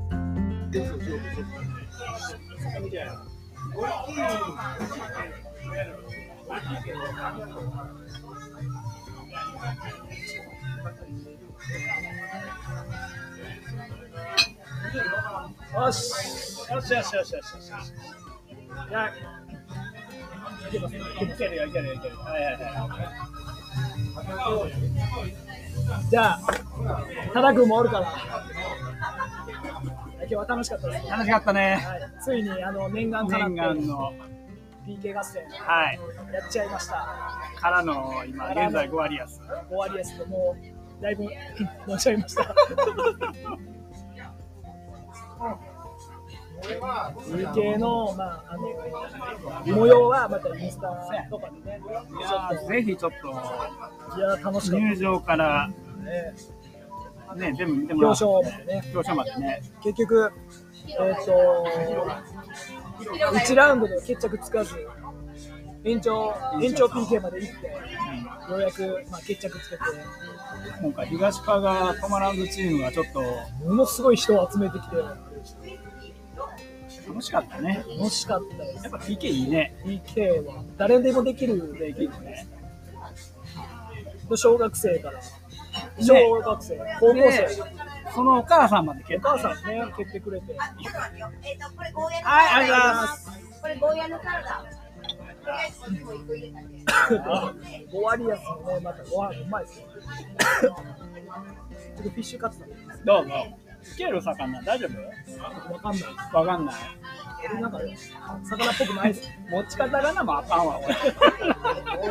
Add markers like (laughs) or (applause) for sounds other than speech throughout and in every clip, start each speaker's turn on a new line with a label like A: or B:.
A: そうそうそう
B: よし。よしよしよしよしよし。じゃあ。いけますいけるよ、いけるよ、いけるよ。はいはいはい。じゃあ、ただくんもおるから。今日は楽しかったですね。
C: 楽しかったね。
B: はい、ついにあの念願かなっ
C: 念
B: て
C: 願の、
B: PK 合戦
C: はい、
B: やっちゃいました。
C: からの今、現在5割安。
B: 終わりですけど、もうだいぶ乗っちゃいました。PK の,、まあ、あの模様はまたインスタとかでね、
C: いやーぜひちょっと、
B: いやー楽しかった
C: 入
B: です
C: 場から、
B: ね。
C: ね、全部見ても
B: 表彰
C: らう。
B: までね、
C: 表彰までね。
B: 結局、えっ、と、1ラウンドでは決着つかず、延長延長 PK まで行って、ようやく、まあ、決着つけて、
C: 今回、東パがトマランズチームがちょっと
B: ものすごい人を集めてきて、
C: 楽しかったね。
B: 楽しかったです
C: やっ。ぱ PK いいね。
B: PK は誰でもできる
C: できるね。
B: 小学生から、小学生、高校
C: で
B: 生、、
C: そのお母さんまで蹴
B: お
C: った
B: 母
C: ね。
B: さんね、蹴ってくれて、
D: えっと、これゴーヤの
C: はいありがとうござい
D: サラダ
C: ま
D: 入れ
C: す
D: ます。これゴーヤのサラダ。とりあえずこれも一個入れたん
B: (laughs)
D: で
B: 終わりやすいね、またご飯うまいですよ。ちょっとフィッシュカツだね
C: どうぞ。つける魚大丈夫
B: わかんない。
C: わかんない。
B: これなんか、魚っぽくないです。
C: 持ち方がなもあかんわ、俺。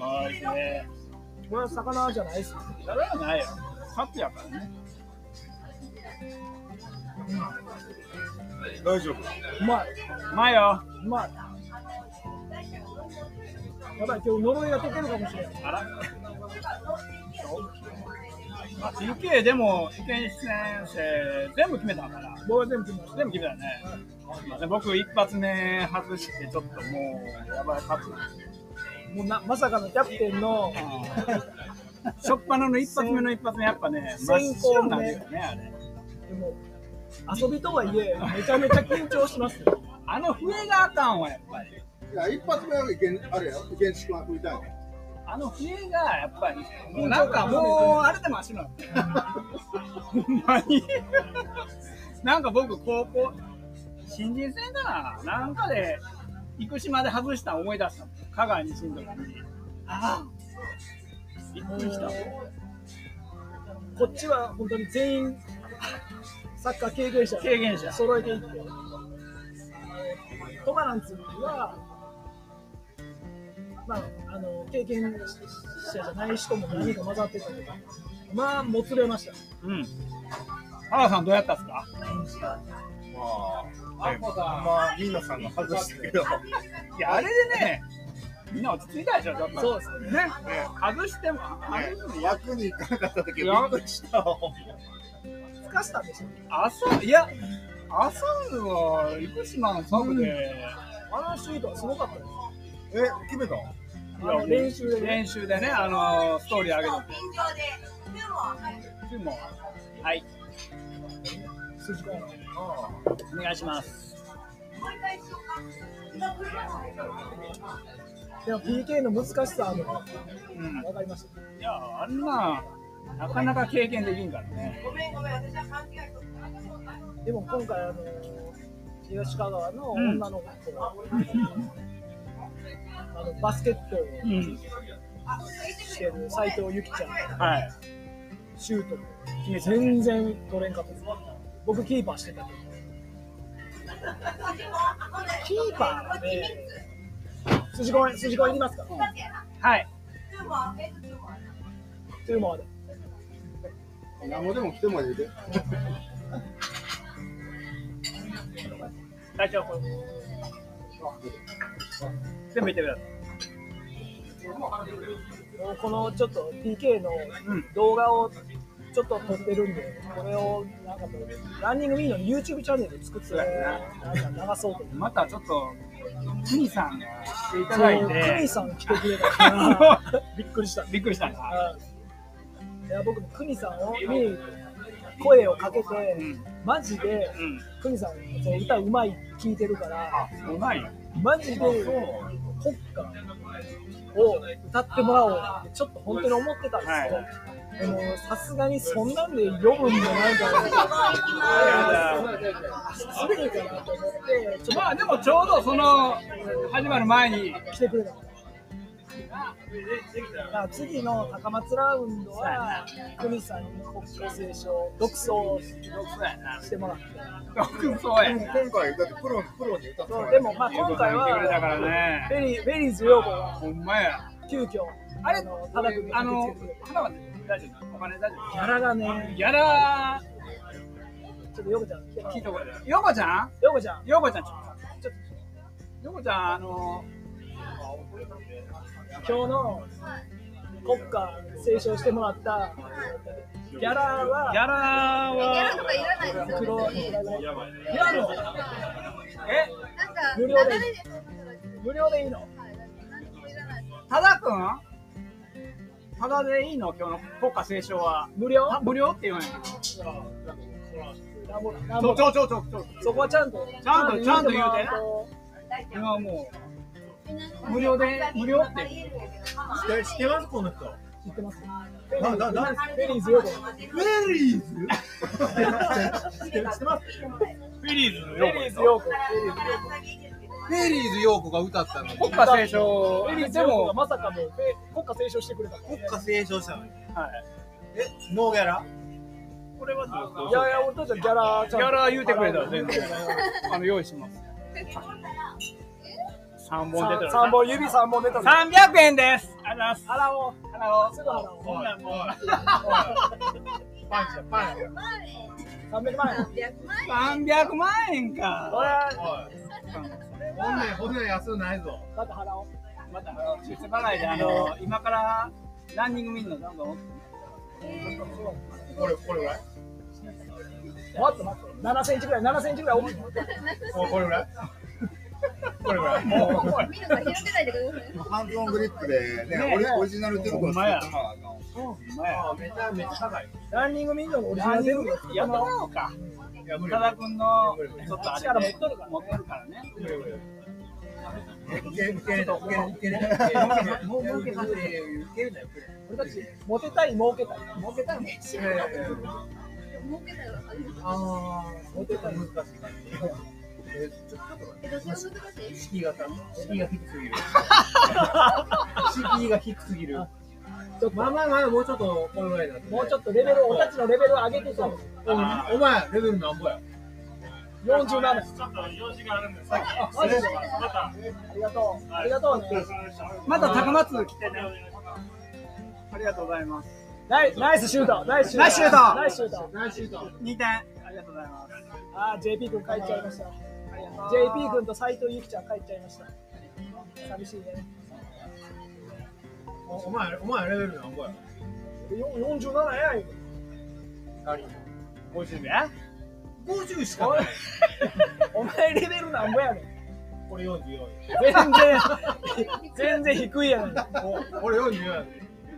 C: おいしいね。
B: これは魚じゃないです。
C: それはないよ。カツやからね。
A: 大丈夫
B: うまい。
C: うまいよ。
B: うまい。やばい、今日呪いが解けるかもしれない。
C: あら。まあ、PK でも、池西先生、全部決めたから。
B: 僕は全部決めました。
C: 全部決めたね。すいません僕、一発目外して、ちょっともう、やばい、カツ。
B: もうなまさかのキャプテンの
C: しょっぱなの一発目の一発目、やっぱね、真っ白なんだよね、あれ。
B: でも遊びとはいえめちゃめちゃ緊張しますよ。
C: あの笛があかんわ、やっぱり。
A: いや一発目はげんあれや原始君は食いたいね
C: あの笛がやっぱり、もうなんかもう、あれでも足 (laughs) の。ほんまに。なんか僕、高校、新人戦かな、なんかで、生島で外したの思い出したの。香川に住んでる時に。ああ。びっくりした。
B: こっちは本当に全員サッカー経験者
C: 経験者
B: 揃えていって。トマランツはまああの経験者じゃない人も何人か混ざってたけど、まあもつれました。
C: うん。原さんどうやったっすか
A: まあ、ね、まあみんなさんが外したけど
C: いや、あれでね、みんな落ち着いたでしょ、ちょっと。
B: そうです
C: ね。外しても、あれでもや
A: 役にいかなかった時はびっくりしたわほんま
B: ふかしたんでしょ。
C: 朝、いや、朝は生島のサブで、
B: あのシュートはすごかったです。
A: え決めたの
B: あの練習でね
C: 練習でね、あのストーリー上げて
D: 天井で。でも、
C: て、もはい、
B: 数時間。
A: あ
C: お願いします。
D: もう一回しようか。
B: でも PK の難しさあのわ
C: うん、
B: かりました。
C: いや、あんな、なかなか経験できんからね。
D: ごめんごめん、私は勘違いしとった。
B: でも今回あの東香川の女の子が、あのバスケット
C: う
B: を
C: ん、
B: してる斎藤由貴ちゃん
C: はい、
B: シュート全然取れんかったです僕キーパーしてたけどキーパーで筋子筋子いりますか
C: はい、
B: というまで
A: あ何もでも来てもいいで
C: 大丈夫。全部言ってください。
B: もうこのちょっと PK の
C: うん
B: 動画をちょっと撮ってるんでこれをなんかもうランニングミーの YouTube チャンネルで作ってなんか流そうと思って。
C: またちょっと、クミさんが来ていた
B: そう
C: だい
B: クミ (laughs)
C: て、
B: さん来てくれたからびっくりした。
C: びっくりしたな。
B: あいや僕もクニさんをに声をかけて、マジで
C: う
B: クニさんその歌うまい聞いてるから
C: ん。うまいよ。
B: マジで国歌を歌ってもらおうってちょっと本当に思ってたんですけど、でもさすがにそんなんで読むんじゃないかなってさすがにかなと思ってちょっ
C: まあでもちょうどその始まる前に
B: と来てくれただから次の高松ラウンドは国さんに国歌斉唱独奏してもらって。
C: 独奏や。
A: 今回だってプロプロに歌っても
B: そう
A: ら
B: でもまあ今回
C: 言ってくれたから
B: は
C: ね。
B: ベリーベリーズ女房は
C: ほんまや。
B: 急遽あれのただ君
C: あ
B: が
C: の
B: 駆けつけてくれて
C: 花は大丈夫。お金大丈
B: ギャラがね
C: 夫。やら
B: ちょっとヨコちゃん来てもらお
C: 聞いうたことない。ヨコちゃん？
B: ヨコちゃん
C: ヨコちゃんちょっと。ヨコちゃんあの
B: 今日の国歌斉唱してもらったギャラ
C: ギャ
B: は
C: ラ
D: ギャラ
C: は
D: とかいらないですよ。
B: 黒
D: 別
B: い
D: に
B: くら
D: なんか
B: ぐらいいやもう
C: え
D: 流れでそんなのが来る
B: 無料でいいの
D: はい何にもいらないです。
C: ただくん？ただでいいの今日の国歌斉唱は。
B: 無料
C: あ無料って言わない。
B: なんぼなん
C: ちょ
B: ぼ
C: ちょちょちょちょ。
B: そこはちゃんと
C: ちゃんとちゃんと言うて
B: もらと
C: 今もう。
D: 無
C: 無
D: 料
C: 料
D: で
C: で
D: 無
C: 無
D: 料
C: 料
D: っ
C: ってて
A: って知ってますこの人
B: 言ってます
A: ななな
B: ベリーズヨコ
A: ベリーズ知って
C: フ
A: ます
C: ィリーズの
B: ベリーズヨコ
A: ベリーズ陽子が歌ったのに
C: 国歌斉唱
B: ベリーズ
C: で
B: ヨコが
C: も、
B: まさかので国歌斉唱してくれた国
A: 国歌斉唱したのに
C: はい、
A: えノーギャラ
C: これはずっ
B: いやいや、俺たちはギャラちゃんと
C: ギャラ言うてくれたら全然あの用意します。三本出て
B: さ
C: る。
B: 三本指三本出た
C: 三百円です。あらす。
B: 払おう
C: あ
B: すぐ払おう
A: お
B: 三百万円
A: いパンチだパンチだ
C: 三百万円
B: これ
C: か。
A: おい本年本年安うないぞ
B: また払おう
C: またあの出世払いであの今からランニング見るのどんどん。
A: これこれぐらい
B: もっと待って七センチぐらい七センチぐらい大きい
A: おいこれぐらいこれぐらい
D: 見るから広げないでください。
A: ハンズオングリップでね、
C: ね
A: オリオリジナルテープを作ってもらうの。
C: や
A: あ、めちゃめちゃ高い。
B: ランニングミニのオリジナ
C: ラ
B: ル
C: ンニ
B: で
C: ングやっとこうか。
A: いや、無理
C: 多
A: 無
C: 田君のちょっとあれで
B: 持っとるからね
C: 持っとるからね。
A: 理無理。いけるいけるいけるいけるもう儲けさせていけるんだよい
B: 俺たちモテたい儲けたい
A: 儲けたい
D: 知ら
A: やい
D: な
A: や
D: い
A: いや
D: 儲けたら初めて。
A: あー儲けたい難しい感じえちょっと
D: え、どうしよう難しい。
A: 敷居が高い敷居が低すぎる敷居が低すぎる
B: ちょっと
A: まあまあまあもうちょっとこれぐらいだ
B: もうち
A: ょっ
B: ょっとレベル俺たちのレベル上げてさ
A: お前レベルなんぼや
B: 四十七
E: ちょっと用事があるんで、さっき。
B: マジで
E: また、
B: ありがとうありがとうね
C: また高松来て
E: お
C: ね。
E: 願いします。
C: ありがとうございます。
B: ナイナイスシュートナイスシュート
C: ナイスシュート
B: ナイスシュート
A: 来週と
C: 二点。ありがとうございます。
B: あー JP 君帰っちゃいました JP 君と斉藤由貴ちゃん帰っちゃいました寂しいね
A: お前お前レベルなんぼや
B: よ47や
A: (laughs)
B: い
C: 五十で。
A: 50しかない
B: お前レベルなんぼやねん
A: これ44や
B: 全然全然低いやんじゃ
A: お俺44やで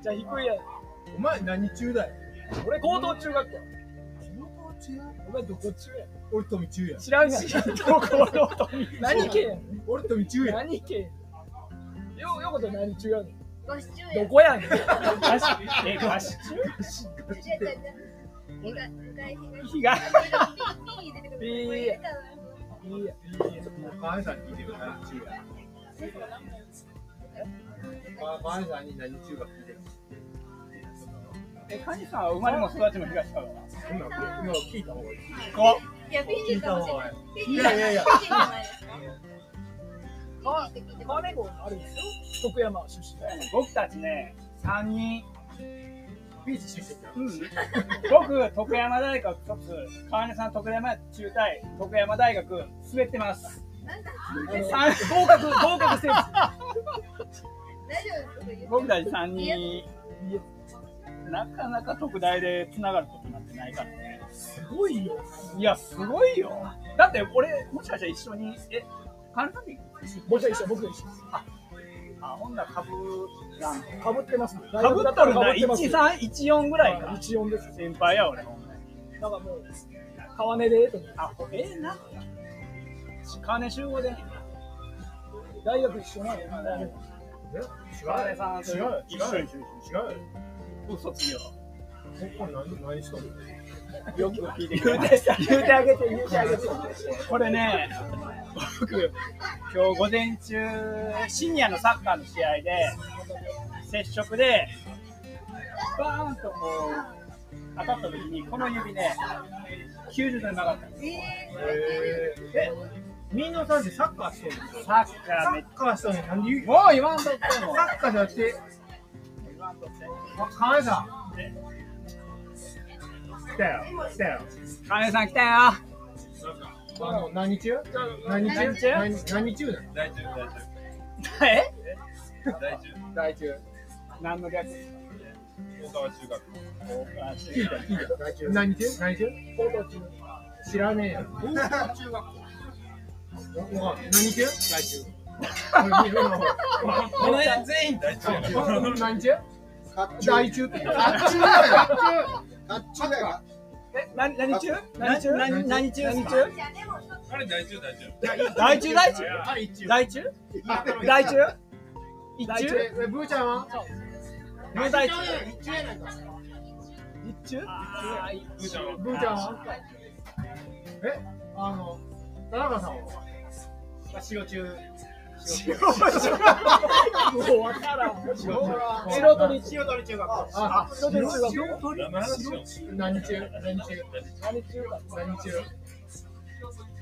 B: あ低いやん
A: お前何中だよ
B: 俺高等中学校
A: 高等中や
B: お前どこ中やん
A: 俺富中や
B: 知らん
A: (laughs)
B: やんどこのと何系やん
A: 俺富中 (laughs) や
B: 何系やんよよこと何中やねん
D: ご視聴や。
B: どこやねん
C: ガシ、え、ガシ。
D: いやいやいや東東
C: 日が。
D: ピー出てくる。
B: ピー
D: いや
B: いいや
A: もう川合さんに聞いてる何中や川川合さんに何中学聞いてる
C: え、カニさんは生まれも育ちも東川。
A: 今今聞いた方がいい
C: こ
D: いや、フィジーかもしれない。
A: いやいやいや
D: フィジーじゃないですか。
B: あ
D: フィジーって聞いて
B: 川根郷あるんですよ徳山出身
C: 僕たちね、三人。
A: ビーチ出身や
C: うん。僕、徳山大学卒、川根さん、徳山中大、徳山大学、滑ってます。
D: なんか
C: 三、合格、合格セーフ
D: 大丈夫ですか
C: 僕たち三人。なかなか特大で繋がることなんてないからね。
B: すごいよ
C: いや、すごいよ。だって、俺、もしかしたら一緒に、え、川根さんに。
B: 僕と一緒僕と一緒
C: ああ、ほんなら株なんか
B: かぶってます。
C: かぶっとるな、
B: 被ってます
C: 13、14ぐらいか。
B: 14です。
C: 先輩や、俺。ほんまに
B: だからもう、川根でええと思って
C: あ、ほええな。金集合で。
B: 大学一緒なんやね。
C: 金さんと
A: 違う
C: 一緒に。
A: 違うよ
C: 嘘つきよ。
A: ここ何何しとる
C: よく聞いてく
B: 言
C: れ
B: う
C: て
B: て。言うてあげて、言うてあげて。
C: これね、僕、今日午前中、シニアのサッカーの試合で、接触で、バーンとこう、当たった時に、この指ね、90度に曲がったんです。
A: えみんなさんってサッカーしてるの
C: サッカーめっち
A: サッカーしたのに何で言う
C: ゃ、もう言わんとって
A: サ
C: も、
A: ッカーじゃなくて
C: 言わんとって。
A: 金さん来たよ来たよ
C: カネさん来たよ。
A: あの何中何中
C: 何中
A: 何何中なの
E: 大丈夫大丈
C: え
E: 夫大丈
A: 大中
C: 何の略
E: 夫大川中学
A: 聞いた聞いた大中何中何中
B: 報道中
A: 知らねえよ中学校何中大中俺見るの
E: この辺全員大丈夫
A: 何中大中って言う
F: あっちゅうだよ。あっちゅうだよ。
B: え、な何中何中
A: な何
B: 何中何中
D: じゃあでも一つ
E: あれ大丈夫大丈
C: 大中大中
A: はい一中
B: 大中大中一
A: 大
B: 中
A: 中えブーちゃんは
B: 無大中
F: 一中やないか。
B: 一中
E: 夫ふーちゃんは
A: ブーちゃんはえあの田中さんは塩中
B: もうわからん。
A: 塩
B: 白
A: 中
B: 鳥中
F: 塩取り中学校。
A: あ
B: 白鳥中学
E: 何の話しよ
A: 何中
B: 何
A: 何中
B: 中学
A: 何中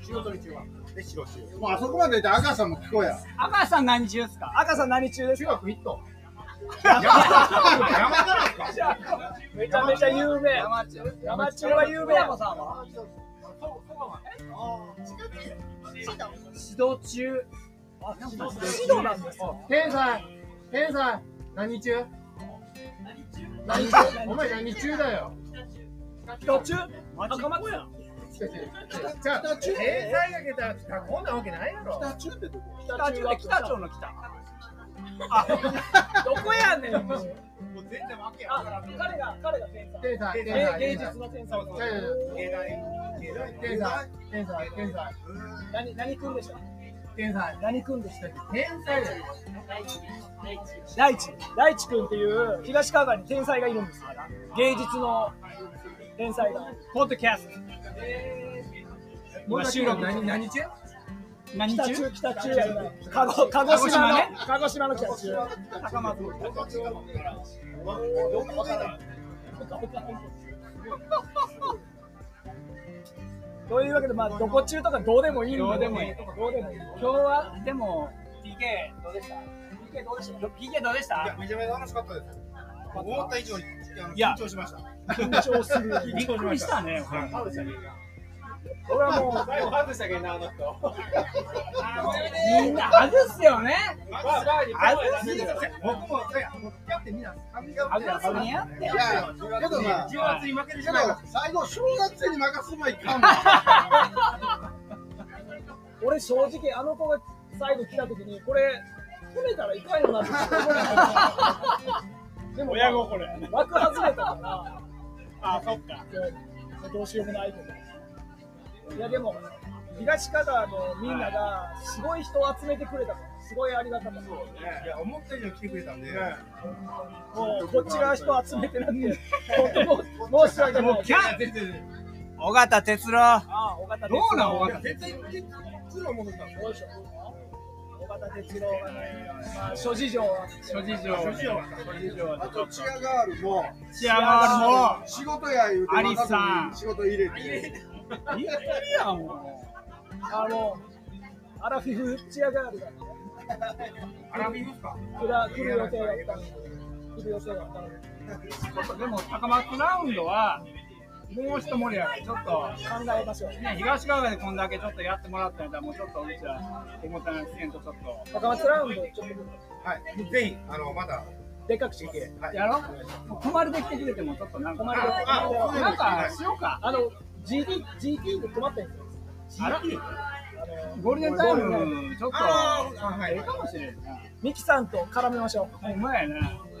F: 塩取り中学校。え、白中。もうあそこまでで赤さんも聞こえや。
C: 赤さん何中ですか
B: 赤さん何中です
A: 中
B: か
A: 学行った
B: めちゃめちゃ有名。山中。山中は有名やもん。
C: 指導中
B: シドなんですか
A: 天才天才何中何中お前何中だよ
B: ど中赤松やん。
A: じゃあ天才がけたら北こんなわけないやろ
F: 中ってどこ
C: 北中で北町の北
B: どこやねん。もう
F: もう全然わけや
B: あ、彼が、彼が天才。
A: 天才天
B: 芸芸
A: 才天才
B: 術の天才。
A: 芸天才天才天才
B: 何、何君でした
A: 天才
B: 何君でした
A: 天才だよ
B: 大地大地君っていう東川岸に天才がいるんですから芸術の天才が
C: ポッドキャスト今収録
A: 何何中
C: 何
B: 北
C: 中
B: 中北中やな鹿児鹿児島の
C: 鹿児島ね
B: 鹿児島の北中
C: 赤松
B: というわけでまあどこ中とかどうでもいいんだ
C: どうでもいい
B: どうでもいい
C: 今日はでも PK どうでした PK どうでした PK どうでし
F: い
C: た
F: や、めちゃめちゃ楽しかったです。思った以上にあの
C: いや
F: 緊張しました。
B: 緊張するよね
C: びっくりしたね
B: 俺はもう
C: みんな外すよね
F: いやいや僕も、いや、僕やってみんな、髪が。
C: 外すにやっ
F: い
C: て
F: やいや、けどな、けど
C: はい
F: 最後、小学生に任すまいかん
B: 俺正直あの子が最後来た時にこれ褒めたらいかんよなって思ったでも
C: 親心やね
B: 枠外れたから
C: あそっか
B: どうしようもないけど。いやでも、東香川のみんながすごい人を集めてくれたから、すごいありがたかった。も
F: いや、思った以上来てくれたんで。
B: うこっち側人集めてなんて、本当もう申し訳ない。
F: や、全然。
C: 尾形哲郎
B: ああ、尾形
C: どうなん尾形
F: 絶対、プロ戻ったんで
B: よいしょ尾形哲郎がね、まあ諸事情は。
C: 諸事情諸事情
F: あと、チアガールも、
C: チアガー
F: 仕事や言うて、
C: アリスさん
F: 仕事入れて。
C: ルもびっくりやもう
B: あの、アラフィフチアガールが
F: アラビですか
B: 来ら来る予定だったんで、来る予定だったんで、
C: でも高松ラウンドはもう一盛りやからちょっと。
B: 考えましょう。
C: ね、東川でこんだけちょっとやってもらったんだもうちょっとうちはおもたなくせんとちょっと
B: 高松ラウンド、ちょっ
F: はい。ぜひ、あの、また。
B: とでかくしていけ。
F: はい。
C: やろもう泊まるできてくれてもちょっとなんか
B: 泊まるで
F: ああ
C: なんかしようか
B: あの、GT、GT で止まったんですよ。
C: あら
B: あの、
C: ゴールデンタイム、ちょっと、ええかもしれんな。
B: ミキさんと絡めましょ
C: ほんまやな。
B: う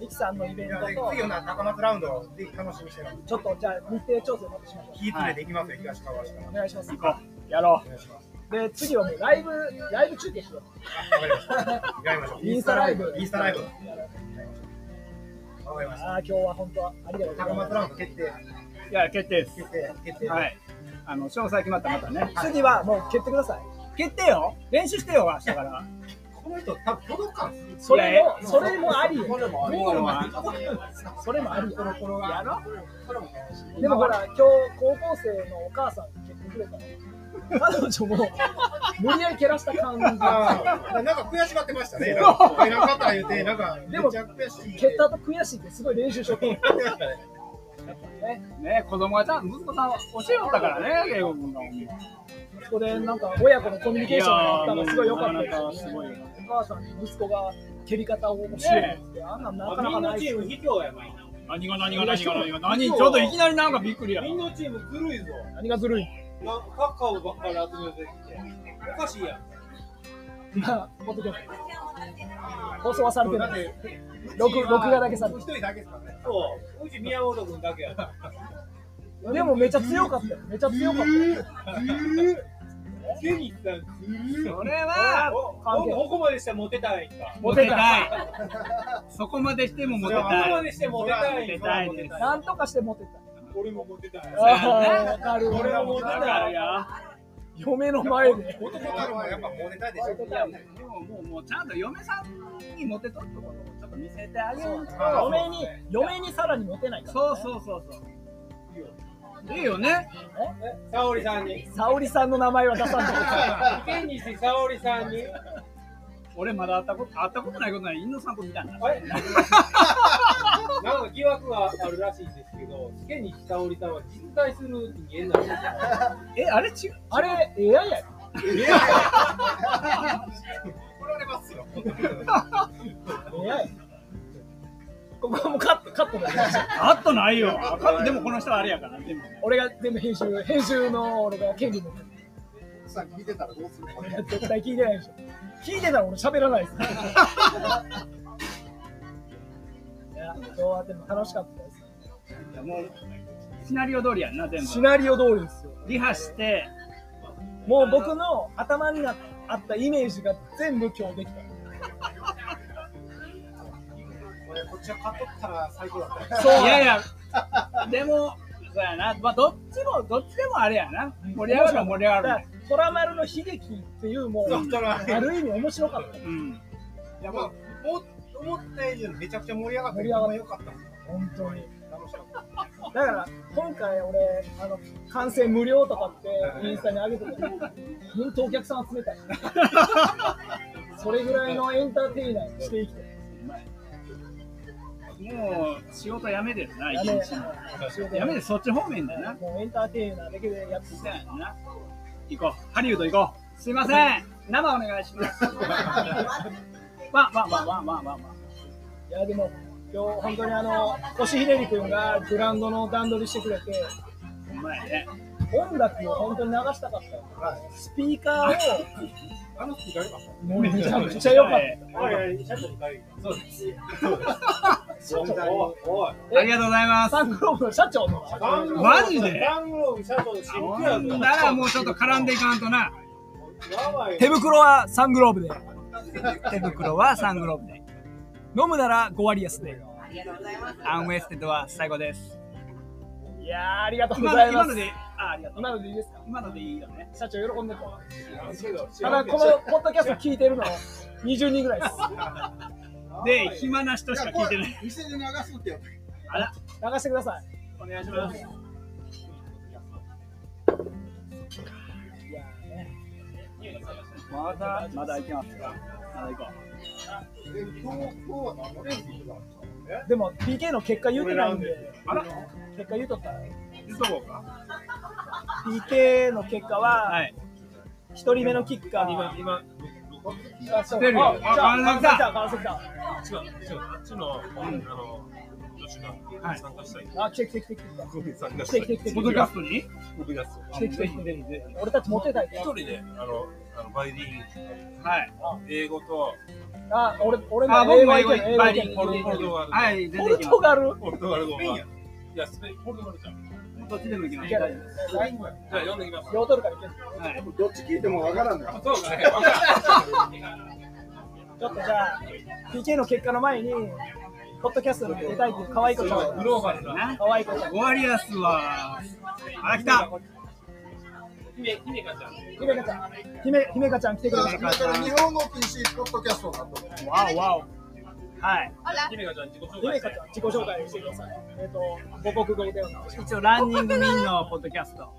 B: ミキさんのイベント
A: じゃあ次
B: と
A: のな高松ラウンドぜひ楽しみにしてる
B: ちょっとじゃあ日程調整またしましょ
A: 気詰めていきますよ東川市から
B: うお願いします
C: 行こう。やろ
A: お願いします
B: で次はもうライブライブ中継しよう
A: わかりましたやりましょう
B: インスタライブ
A: インスタライブわかりました
B: ああ今日は本当ありがとうござ
A: 高
B: いま
A: 松
B: す
A: ラウンド決定
C: う。いや、決定です。
A: 決定決定
C: はい。あの、詳細決まったらまたね。
B: 次はもう蹴ってください
C: 決定よ練習してよ、明日から。
A: この人多分届かんす
B: それ
C: い
B: もそれもありよ
A: も
C: ゴールは
B: それもありよ
A: やろ
B: でもほら今日高校生のお母さん蹴ってくれたの彼女も無理やり蹴らした感じ
A: あーなんか悔しがってましたね。なんか、なんかった言うて、なんか、め
B: でも
A: ちゃ悔しい。
B: 蹴った後悔しいってすごい練習しようと思って
C: ね、子供がちゃん、息子さんは教えよったからね、英語君が。
B: そこでなんか親子のコミュニケーションがあったのすごい良かった
C: いやーもうなかなかすごいよ
B: お母さんに息子が蹴り方を教えるってあんなんなかなかない
E: ム卑怯やばい
C: 何が何が何が何が何ちょっといきなりなんかびっくりや。
E: みんなチームずるいぞ
B: 何がずるい
E: なカカオばっかり集めてきておかしいやん
B: まあポッドキャスト放送はされて
A: だ
B: な
A: っ
B: い
A: て、
B: 録録画だけされ
A: 一
B: て
A: 人だけですからね。
E: そううち宮本君だけや
B: るでもめちゃ強かったよめちゃ強かったよ
E: ケニーさん
C: それは、
B: 関係ない
E: ここまでしてモテたいんか
C: モテたい。そこまでしてもモテ
E: ここ
C: た
E: ま
C: い。
E: でしてモテたいんか
C: モテたいです
B: なんとかしてモテた
E: 俺もモテたい
C: あー
B: わかる
E: 俺はモテ
C: だ
E: た
C: から
E: い
C: よ。
B: 嫁の前で
A: 男たるはやっぱモテたいでしょ。
C: でももうもうちゃんと嫁さんにモテとるところをちょっと見せてあげる
A: あ
C: と
B: 嫁に嫁にさらにモテないから
C: そうそうそうそういいよね
E: 沙織さんに
B: 沙織さんの名前は出さない
E: ケニー沙織さんに
C: 俺まだ会ったこと会ったことないことない犬の散歩見たんだ
E: あれなんか疑惑があるらしいんですけど、ケニー沙織さんは実在する人間なんですよ。
C: えあれ違う
B: あれ AI やで
A: 怒られますよ。
B: AI ここはもうカットカットだね
C: 会ったないよ会ったでもこの人はあれやからでも
B: 俺が全部編集編集の俺が権利持ってる
F: さっき見てたらどうするこれ
B: 絶対聞いてないでしょ聞いてたら俺喋らないですいや今日はでも楽しかったです
C: いやもうシナリオ通りやんな全
B: シ
C: 部
B: ナリオ通りですよ
C: リハして
B: もう僕の頭になあったイメージが全部今日でき
A: 俺こっちは買っとったら最高だったよ。
B: た
C: いやいやでもそうやな、まあ、どっちもどっちでもあれやな盛り上がるは盛り上がる
B: トラマルの悲劇っていうもうある意味面白かった
C: うん
A: いや、まあ、お思った以上にめちゃくちゃ盛り上がった。
B: 盛り上がった
A: よかった。
B: 本当に
A: 楽しかった。
B: だから今回俺あの完成無料とかってインスタに上げてたけど本当お客さん集 (laughs) めたいそれぐらいのエンターテイナーにしていきたい
C: もう仕事辞めてるな
B: や
C: 一
B: め
C: 日もやめてそっち方面だな。
B: もうエンターテイナーだけでやっていき
C: そ
B: た
C: や
B: い
C: な。行こう。ハリウッド行こう。すいません。生お願いします。まあまあまあまあまあまあまあ。
B: いやでも今日本当にあの腰ひねり君がグラウンドの段取りしてくれて
C: ほんまやね。
B: 音楽を本当に流したかった、スピーカー
A: あの時誰か
B: をもうめちゃくちゃ良かっ
E: はい、シャツに帰るそうです。
B: 社長
E: おい、おい。
B: え
C: ありがとうござい
B: た
C: ます。
B: サンクローブの社長の
C: マジで
E: ダンローブ社長の新
C: ほ
E: クラブ
C: んならもうちょっと絡んでいかんとな。
E: やばいよ。
B: 手袋はサングローブで
C: 手袋はサングローブで。
B: 飲むなら5割安で
D: ありがとうございます。
C: アンウェステッドは最後です。
B: いやーありがとうご
C: 今
B: ざ
C: の
B: いま
C: 今
B: す
C: ので、あありがとう。
B: 今のでいいですか
C: 今のでいいよね。
B: 社長喜んでたただこのポッドキャスト聞いてるの20人ぐら (laughs) いです
C: で、暇な人しか聞いてない。
F: 店で流すってやっ
C: あら、
B: 流してください
C: お願いします。
B: いやーね
C: まだ、まだ行けますか。まだ行こ
F: たで今日今日は何連休だ
B: でも PK の結果言うてないんで
C: う。あら、
B: 結果言うとったら
C: 出とこうか。
B: PK の結果
C: は。
B: はい1人目のキッカー
E: 今、今、
B: あそう
C: 出るよ
B: あじゃあ
C: あ
B: 川崎さん川崎さん
E: 違う、違う、あっちの、あの、女子
G: が
C: はい
G: 参加したいと、
B: あ、来て来て来て来て
G: 参加
B: 来
G: してた
B: 来て
G: い
B: 来て
C: ポッドキャストに
G: 僕がそう
B: 来て来て来て俺たちモテたい
G: 一人であのあのバイリン
C: はい。
G: 英語と
B: あ、俺、俺
C: あ、
B: も
C: 僕
B: 英
C: も
B: 語
C: 英
B: い
C: 語
B: け
C: い
B: る
C: っぱい
B: 英
C: に。
B: 語いける
G: ポルトガル
C: はい、出
B: ポ
C: て
B: ル
C: きま
B: トガル
G: ポルトガル語が
F: スペイン
G: い
F: や
G: やスペインポルトガルじゃん
C: す。どっちでも行きま
B: い
C: し
B: け
C: ょう。
B: る
G: じゃあ読んできます
B: ヨートルからいける
C: はい。
F: どっち聞いてもわからんのよ。
G: (laughs) そうかねわか
B: ちょっとじゃあ PK の結果の前にポッドキャストに出たいっていう可愛い子ちゃ
G: る
B: ん
G: グローバルな
C: な。
B: 可愛い子ちゃん
C: ゴアリアスは、あ、来た。
G: 姫姫香ちゃん
B: 姫香ちゃん姫姫香ちゃん来てく
F: だ
B: れ
F: からだから日本語禁止ポッドキャストだと。
C: わおわお。はい。
G: 姫香ちゃん自己紹介
B: 姫香
G: して
B: ちゃん自己紹介してくださいえっ、と母国語でお願いしま
C: 一応、ランニングミンのポッドキャスト。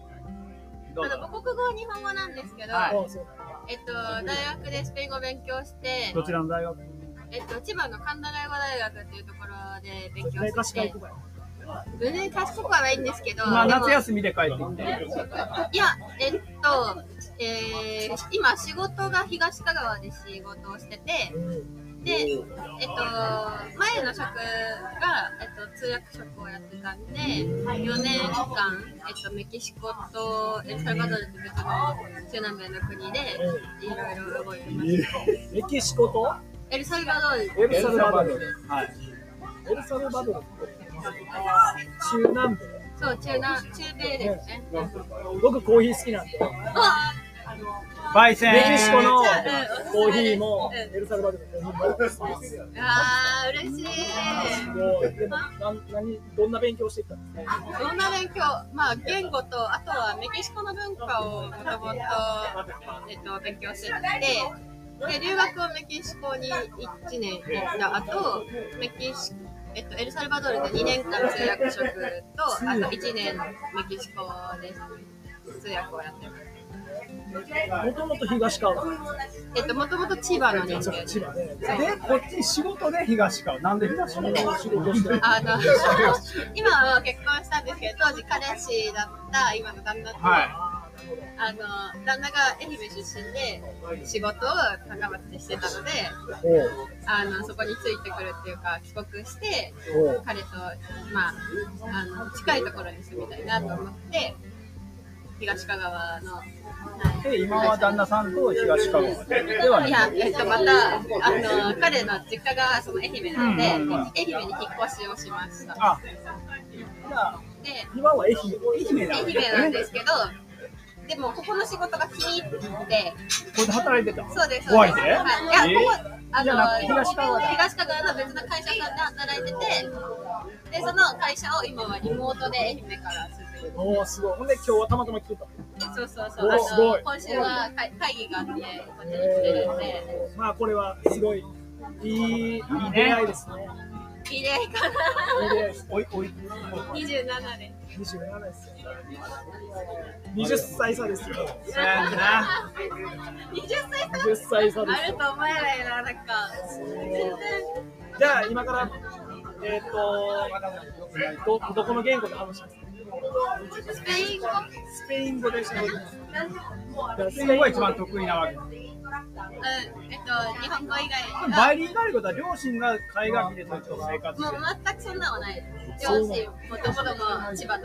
C: どう
D: あの
C: ぞ。
D: 母国語は日本語なんですけど、
C: はい
B: す
D: えっと、大学でスペイン語を勉強して
C: ど、ちらの大学
D: えっと、千葉の神田外語大学っていうところで勉
B: 絶対
D: 強し
B: 賢い
D: て
B: 子、だよ
D: 全然賢くはないんですけど、
C: 今、
D: でも
C: 夏休みで帰ってきて。
D: いや、えっと、えー今仕事が東香川で仕事をしてて、で、えっと、前の職が、えっと、通訳職をやってたんで、4年間、えっと、メキシコとエルサルバドルって別の中南米の国で、いろいろ動いてます。
B: メキシコと
D: エルサルバドル、
B: エルサルバドル
C: はい。
B: エルサルバドルって中南米
D: そう、中南、中米ですね。
B: 僕コーヒー好きなんで
D: あ
C: 焙煎。
B: メキシコのコ
D: お
B: ー
D: すす
B: ヒ
D: めです
B: ーも
D: うん
B: エルサルバドルのコーヒーも
D: あー、嬉しい。
B: もうでもなん何どんな勉強してきたんですか
D: どんな勉強、まあ、言語と、あとはメキシコの文化をもともと、えっと、勉強してて、で、留学をメキシコに1年行った後、メキシえっと、エルサルバドルで2年間通訳職と、あと1年メキシコで通訳をやってます。
B: もともと東川
D: えっと、もともと千葉の人間です。
B: 千葉で
C: で、こっち仕事で東川。なんで東川
B: 仕事してる
D: あの今は結婚したんですけど当時彼氏だった今の旦那と、
C: は
D: あの旦那が愛媛出身で仕事を高松でしてたのであのそこについてくるっていうか帰国して彼と、まあ、あの近いところに住みたいなと思って東香川の。はい
C: い。で、今は旦那さんと東川ではない
D: や、えっと、また、あの、彼の実家がその愛媛なので、
C: うんうんうん
D: 愛媛に引っ越しをしました。
C: あ、
D: で、
B: 今は愛媛
C: 愛媛な
D: 愛
C: んで
D: 媛なん
C: すね
D: ですけど、でもここの仕事が気に入って、
C: これで働いてた。
D: そうです、
C: 怖
D: そう
C: い
D: です。
C: ね
D: はいいや、ここ、あ
B: じゃなくて
D: の、
B: 東川だ
D: 東川の別の会社さんで働いてて、で、その会社を今はリモートで愛媛から続いて。
B: おおすごいほんで今日はたまたま来てた
D: そうそう
B: おすご
D: そう、あの、
B: い
D: 今週は会会議があって、こっちに来てるんで、
B: まあこれはすごいいいいい出会いですね
D: 綺麗か
B: いい出会いです
C: おい、おい。
D: な、27で
B: 27ですよ20歳差ですよ
D: す。
C: そうやんな。
D: 20歳差
B: 20歳差で
D: あ
B: す
D: る
B: よ
D: と思えないな、なんか、全然、
B: じゃあ今からえっ、とどどこの言語で話します
D: スペイン語
B: スペイン語でしゃべります
C: スペイン語が一番得意なわけ。
D: うん、えっと、日本語以外が
C: バイリンガル語だ、両親が海外でずっと生活
D: も
C: し
D: う
C: てる。
D: 全くそんなのはないです。両親、もともとも千葉なの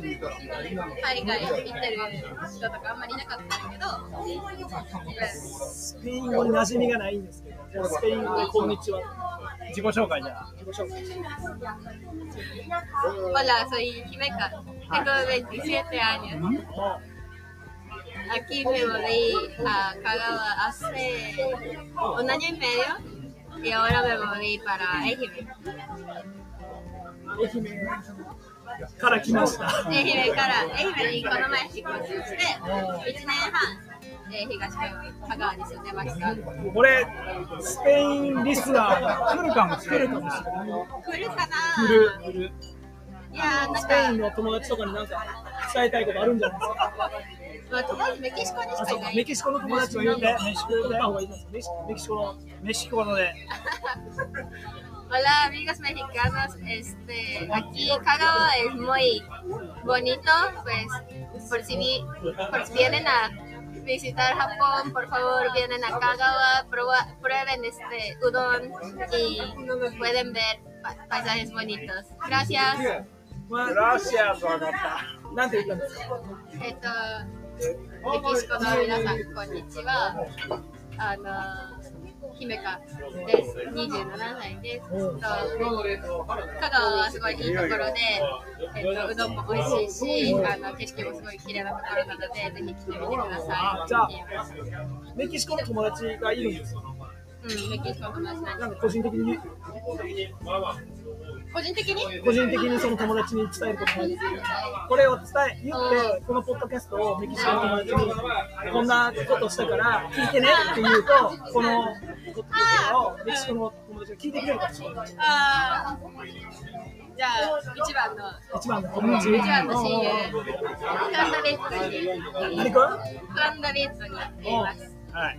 D: で、海外行ってる人とかあんまりいなかったんだけど、うん
B: スペイン語に馴染みがないんですけどじゃあスペイン語でこんにちは
C: 自己紹介じゃあ。
B: 自己紹介
D: Hola, soy Jimeca, tengo 27 años. Aquí me moví a Kagawa hace un año y medio y ahora me moví para Ejibe.
B: 愛媛から来ました
D: 愛媛から愛媛にこの前引っ越しして1年半で東香川に住んでました来
C: これ、スペインリスナーが来るかもしれない。
D: るか
C: 来る
D: な
C: 来る。
D: いやー
B: スペイ
D: なん
B: ン
D: か、
B: の友達とかになんか伝えたいことあるんじゃないですか
D: まあ、とりあえずメキシコに
B: あ
D: しか
B: そ
D: いうな
B: か
D: い
B: メキシコの友達も言うてメキシコ言った方がいいですメキメキシコの
C: メシコので。
D: Hola amigos mexicanos, este, aquí Kagawa es muy bonito, pues por si, vi- por si vienen a visitar Japón, por favor vienen a Kagawa, prueba- prueben este udon y pueden ver paisajes bonitos. Gracias.
B: ラシア
C: わかった。
B: なんて言ったんですか。
D: えっと、メキシコの皆さん、こんにちは。あの、姫香です。27歳です。と香川はすごいいいところで、えっと、うどんも美味しいし、あの景色もすごい綺麗なところなので、ぜひ来てみてください。
B: じゃあメキシコの友達がいるんですよ。
D: うん、メキシコの友達なん
B: な
D: で
B: んか個人的に、
D: 個人的に
B: 個人的にその友達に伝えることないですけど。これを伝え、言って、このポッドキャストをメキシコの友達に。こんなことしたから、聞いてねって言うと、この。ポッドキャストをメキシコの友達が聞いてくれるかもしれない。
D: あーじゃあ、一番の、
B: 一番の友達。
D: 一番の親友、フランダベッドに、
B: 何
D: フ
B: か。
D: ランダベッドにいます。
C: はい。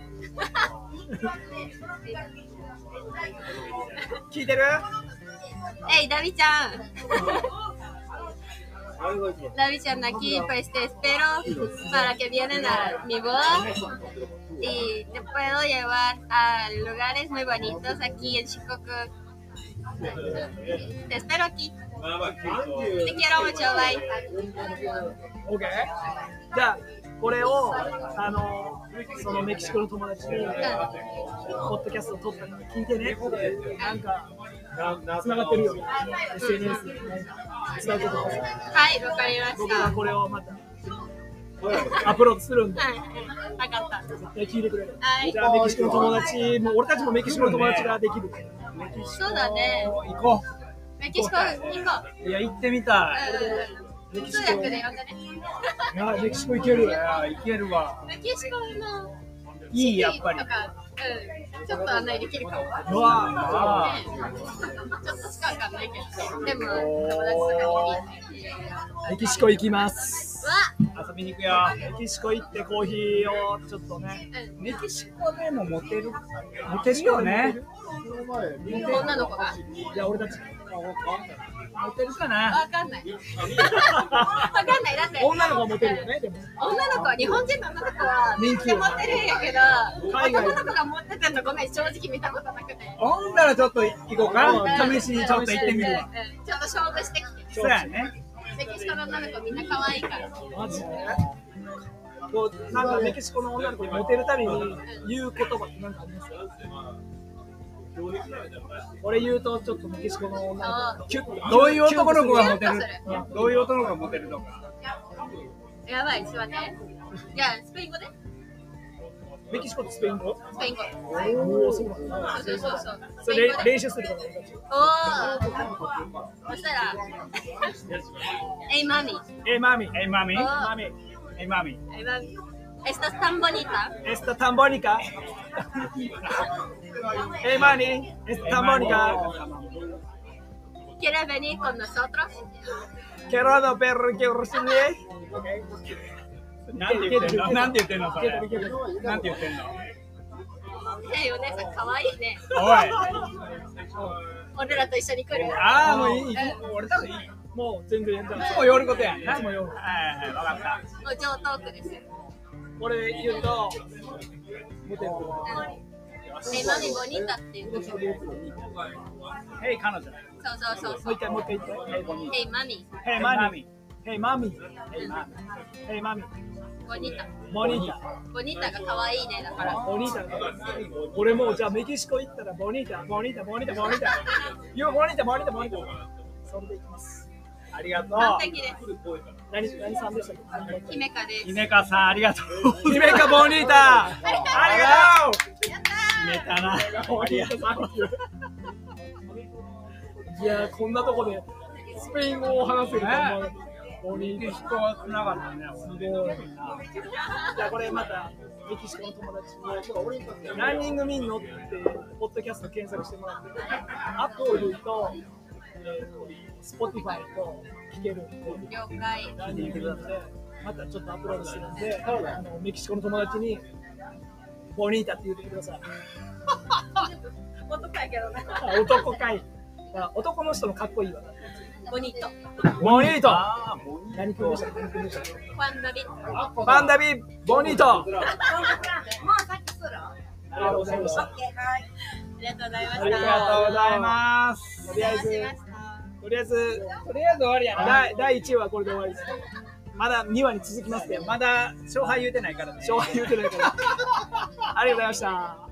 B: 聞いてる。
D: えい、ダビちゃん。ダビちゃん aquí, pues te espero para que vienen a mi boda y te puedo llevar a lugares muy bonitos aquí en Chicoco. Te espero aquí. Te quiero mucho, bye.
B: オーケー。じゃあ、これを、あの、そのメキシコの友達に。ポッドキャスト撮ったから聞いてねって、なんか、つながってるよ、SNS で、つながってる
D: はい、わかりまし
B: 僕
D: た。
B: が
D: は
B: これをまたアップロードするんで、
D: い、わかった。
B: 絶対聞いてくれる。
D: はい
B: じ、ゃあ、メキシコの友達、もう俺たちもメキシコの友達ができる。
D: そうだね。
C: 行こ
D: メキシコ行こう。
C: う。いや、行ってみた
D: Eh, うん。通訳で呼んでね。
B: いや、メキシコ行ける
C: い。い。や、行けるわ。
D: メキシコの
C: いい、やっぱり
D: と。か、うん、ちょっと案内できるかも。
C: うわ
D: ねちょっとしかわかんないけど、でも友達とかに聞いて。
B: メキシコ行きます。
D: わ、
C: 遊びに行くよ。
B: メキシコ行ってコーヒーをちょっとね、
D: う
C: メキシコでもモテる。モ
B: テる
C: テる
B: よ
C: よ
B: ね
C: ね。
D: ん、女の子が。
B: いや、俺たち、
C: モテるかな。
D: わかんない。わかんない、だって。
B: 女の子がモテるよね、でも。
D: 女の子、日本人の女の子はめっちゃモテるんやけど、
B: 海外
D: 男の子がモテてるのごめん、正直見たことなくて。
C: ほんならちょっと行こうか。試しにちょっと行ってみるわ。
D: うん。ちょっと勝負してきて
C: そう。やね。
D: メキシコの女の子みんな可愛いから。
B: マジでこうなんかメキシコの女の子にモテるために言う言葉って何かありますかこれ言うとちょっとメキシコの女の子がキュッと
C: どういう男の子がモテる
D: キュンとする。
C: どういう男の子がモテるとか。
D: やばい、ちょっと待って。じゃあ、スペイン語で
B: メキシコってスペイン語
D: スペイン語。
B: おおそうなんだ
D: そうそうそうそう。ス
B: そ
D: ペイン
B: れ
D: 語で。
B: 練習するから俺たち
D: おお。そしたら、 (laughs) えいマミ。
C: え、マミ。え、マミ。
D: あ
C: マミ。え、マミ。
D: えいマミ。Estás tan bonita.
B: エスタタンボニカエイマニエスタタンボニカ
D: ¿Quieres venir con nosotros?
B: ケロドペルケウルシニエ
C: なんて言ってんの。なんて言ってんの、それ。なんて言ってんの。
D: ねえ、お姉さん可愛いね。
C: おい。
D: 俺らと一緒に来る。
C: ああ、もういい。俺多分いい。い
B: もう全然じゃあ
C: つも夜ことやんな。
B: いつも夜
C: はいはい、わかった。
D: もう上トークですよ。
B: これ言うとモテる
D: えいマミボニータっていう。そう
C: ヘイ、彼女。
D: そうそう
B: も
D: そう
B: 一。
D: う
B: 回もう一回言って
D: えいマミ
C: ヘイ、マミ。
B: ヘイマミヘイマミヘイマミ
D: ボニータ。
B: モニタ
D: ボニータが可愛いねだから。
B: ボニータ俺もうじゃあメキシコ行ったらボニータボニータボニータボニータ You ボニータボニータボニータそれで行きます
C: ありがとう。
D: 完璧です。
B: 何何さんでしたっけ
D: 姫香です。
C: 姫香さん、ありがとう。姫香ボニータ。ありがとう。
D: やったー
C: 決めたな。 (laughs)
B: ボニータさんいやーこんなとこでスペイン語を話せると思うボニ
C: メ
B: ー
C: キシ
B: タ
C: コは繋がったね。
B: すごいなじゃあこれまたメキシコの友達にちょっと俺にとってランニングミンノってポッドキャスト検索してもらってアップを言うと、えー、Spotify と聞けるんで
D: 了解。
B: ランニングミンノでまたちょっとアップロードしてるんであのメキシコの友達にボニータって言ってください (laughs)
D: 男やけどね。
B: あ男かいあ男の人のかっこいいわ
D: ボニート。
B: ボニート何君でした何君でした
D: ファンダビット。
B: バンダビボニート
D: もうさっきする
B: ありがとうございました
D: はい。
G: りがとうございました。
B: ありがとうございます。とりあえず、
G: お邪魔しました。
B: とりあえず、とりあえず終わりやな。第第1位はこれで終わりです。まだ2話に続きますけど、まだ勝敗言うてないからね。勝敗言うてないから。ありがとうございました。